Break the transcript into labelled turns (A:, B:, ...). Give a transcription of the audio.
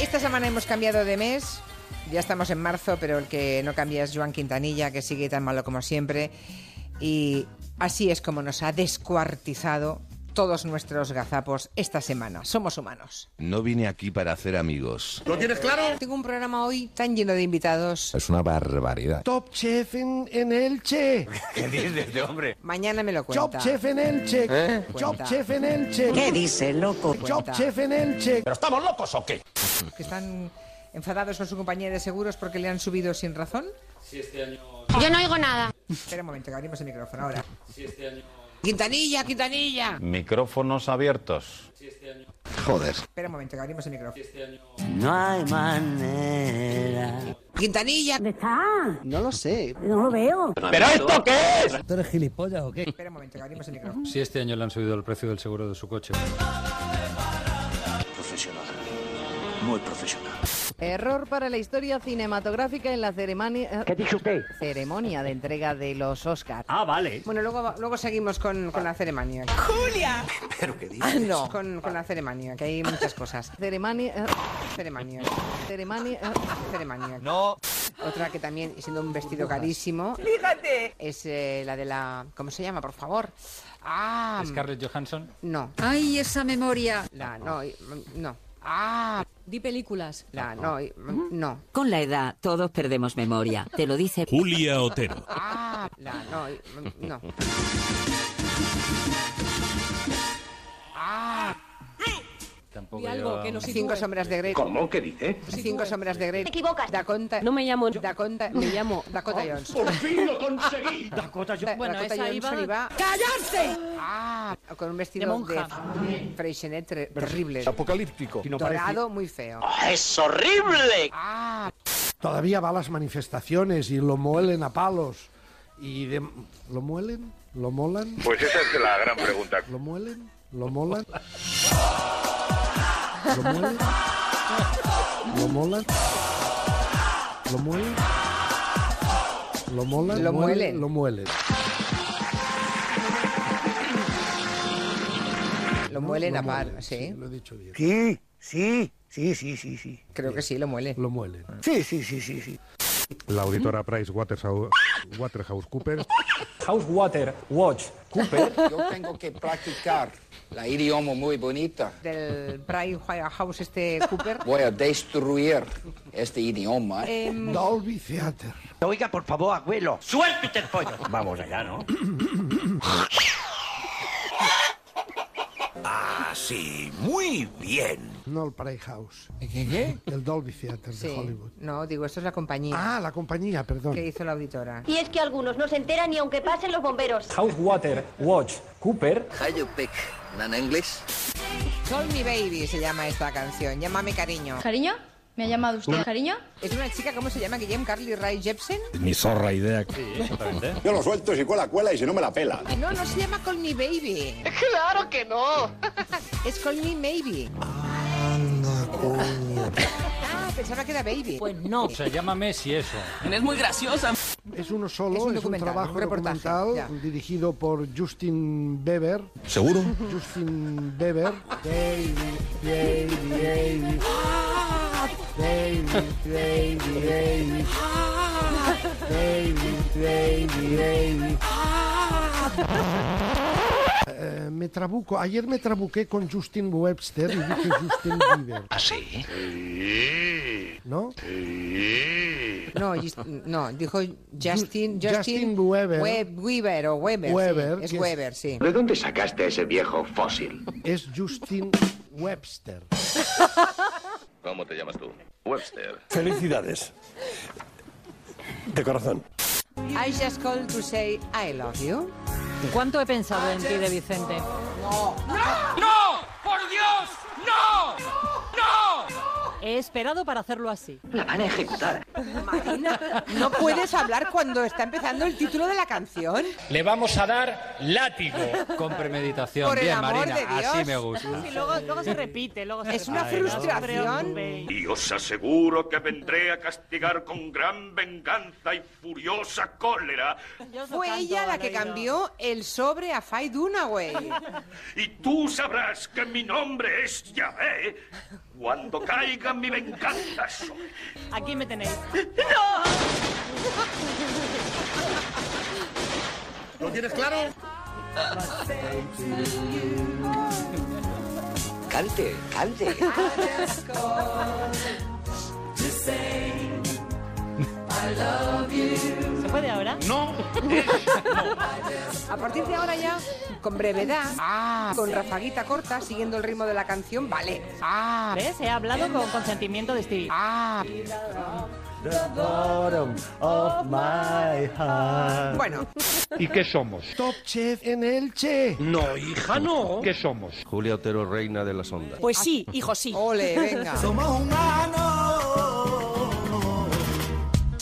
A: Esta semana hemos cambiado de mes. Ya estamos en marzo, pero el que no cambia es Joan Quintanilla, que sigue tan malo como siempre. Y así es como nos ha descuartizado todos nuestros gazapos esta semana. Somos humanos.
B: No vine aquí para hacer amigos.
C: ¿Lo tienes claro?
A: Tengo un programa hoy tan lleno de invitados.
D: Es una barbaridad.
E: Top Chef en, en Elche.
B: ¿Qué dices, de hombre?
A: Mañana me lo
E: Top
A: cuenta.
E: Chef en Elche.
B: ¿Eh?
E: Top
A: Cuenta.
E: Chef en Elche.
F: ¿Qué dice, loco?
E: Top Chef en Elche.
C: ¿Pero estamos locos o qué?
A: Que están enfadados con su compañía de seguros porque le han subido sin razón.
G: Yo no oigo nada.
A: Espera un momento, que abrimos el micrófono ahora.
F: Quintanilla, Quintanilla.
H: Micrófonos abiertos.
D: Joder.
A: Espera un momento, que abrimos el micrófono.
F: No hay manera. Quintanilla.
E: No lo sé.
C: ¿Pero esto qué es?
I: ¿Tú eres gilipollas o qué?
A: Espera un momento, que abrimos el micrófono.
H: Si este año le han subido el precio del seguro de su coche.
J: Profesional. Muy profesional.
K: Error para la historia cinematográfica en la
A: eh,
K: ceremonia. ¿Qué dice usted? Ceremonia de entrega de los Oscars.
I: Ah, vale.
A: Bueno, luego, luego seguimos con, con la ceremonia.
J: ¿Pero qué dices?
A: Ah, no. Con, con la ceremonia, que hay muchas cosas. eh,
K: Ceremonia.
A: Ceremonia. eh,
K: Ceremonia.
A: Ceremonia. No. Otra que también, siendo un vestido carísimo. Fíjate. Es eh, la de la. ¿Cómo se llama, por favor? Ah.
H: Scarlett Johansson.
A: No.
G: Ay, esa memoria.
A: La. No. y- No. Ah.
G: Di películas.
A: La. No. y- No.
F: Con la edad, todos perdemos memoria. Te lo dice.
H: Julia Otero.
A: Ah. La. No. y- No.
H: Tampoco
G: Di algo que no sitúe.
A: Cinco sombras de Grey.
C: ¿Cómo? ¿Qué dice?
A: eh. Cinco sombras de Grey.
G: Te equivocas.
A: Dakota.
G: No me llamo-
A: Dakota. Me llamo Dakota Jones.
C: ¡Por fin lo conseguí!
I: Dakota, yo...
A: Da-
G: Bueno,
A: Dakota
G: esa
A: Johnson
G: iba-
A: iba-
G: ¡Callarse!
A: Ah, con un vestido de,
G: De monja.
A: Freixenet tre- terrible.
D: Apocalíptico.
I: Si no parece...
A: Dorado, muy feo.
J: ¡Es horrible!
A: Ah,
E: Todavía va a las manifestaciones y lo muelen a palos. Y de... ¿Lo muelen? ¿Lo molan?
C: Pues esa es la gran pregunta.
E: ¿Lo muelen? ¿Lo molan? ¿Lo muelen? ¿Lo molan? ¿Lo muelen? ¿Lo molan?
A: Lo muelen.
E: ¿Lo muelen?
A: lo muelen a palo,
E: Sí,
A: sí.
E: lo he dicho bien.
F: Sí, sí, sí, sí, sí, sí.
A: Creo que sí, lo muelen.
E: Lo muelen.
F: Sí, sí, sí, sí, sí.
L: La auditora Price Waterhouse, Cooper
I: Housewater, Watch, Cooper...
J: Yo tengo que practicar la idioma muy bonita.
A: Del Brian House este Cooper.
J: Voy a destruir este idioma.
A: Em,
E: Dolby Theater.
C: Oiga, por favor, abuelo, suéltate el pollo. Vamos allá, ¿no?
J: Así, muy bien.
E: No el Playhouse.
J: ¿Qué, qué?
E: El Dolby Theater
A: sí.
E: de Hollywood.
A: No, digo, esto es la compañía
E: Ah, la compañía, perdón.
A: que hizo la auditora.
G: Y es que algunos no se enteran ni aunque pasen los bomberos.
I: Housewater, Watch, Cooper...
J: How you pick? ¿En inglés?
A: Call Me Baby se llama esta canción. Llámame cariño.
G: ¿Cariño? ¿Me ha llamado usted? ¿Cariño?
A: Es una chica, ¿cómo se llama? Guillem Carly Ray Jepsen.
D: Ni zorra idea.
C: Yo lo suelto si cuela, cuela y si no me la pela.
A: No, no se llama Call Me Baby. Claro que no. Es Call Me Maybe. Ah, pensaba que era Baby.
F: Pues no.
H: O sea, llámame si eso.
J: Es muy graciosa.
E: Es uno solo,
A: Es un
E: es un,
A: documental,
E: trabajo
A: un reportaje,
E: documental
A: ya.
E: dirigido por Justin Bieber.
D: ¿Seguro?
E: Justin Bieber. Baby, baby, baby. Baby, baby, baby. Baby, baby, baby. Eh, me trabuco. Ayer me trabuqué con Justin Webster y dije Justin Bieber,
J: ¿Así?
E: ¿no?
A: No, Just- no, dijo Justin, Justin,
E: Justin Weber.
A: Web- Weaver o Weber. sí.
E: Weber,
A: es
E: que es-
A: Weber, sí.
C: ¿De dónde sacaste ese viejo fósil?
E: Es Justin Webster.
C: ¿Cómo te llamas tú? Webster.
L: Felicidades. De corazón.
A: I just called to say I love you.
K: ¿Cuánto he pensado en ti de Vicente?
C: ¡No! ¡Por Dios! ¡No! ¡No!
K: He esperado para hacerlo así.
J: La van a ejecutar.
A: No puedes hablar cuando está empezando el título de la canción.
H: Le vamos a dar látigo. Con premeditación.
A: Por el
H: Bien,
A: amor
H: Marina.
A: de Dios.
H: Así me gusta.
K: luego, se repite, luego
A: Es una frustración.
C: Y os aseguro que vendré a castigar con gran venganza y furiosa cólera.
A: Fue ella la que cambió el sobre a Faye Dunaway.
C: Y tú sabrás que mi nombre es Yahvé Cuando caiga mi venganza sobre
M: Aquí me tenéis.
C: ¿Lo tienes claro?
J: Cante, cante.
M: ¿Se puede ahora?
C: No.
A: A partir de ahora ya, con brevedad, con rafaguita corta, siguiendo el ritmo de la canción, vale. Ah.
M: ¿Ves? He hablado con consentimiento de Stevie.
A: Ah. Bueno.
H: ¿Y qué somos?
E: Top Chef en Elche.
H: No, hija, no. ¿Qué somos? Julia Otero, reina de las ondas.
M: Pues sí, hijo, sí.
A: Ole, venga.
M: Somos humanos.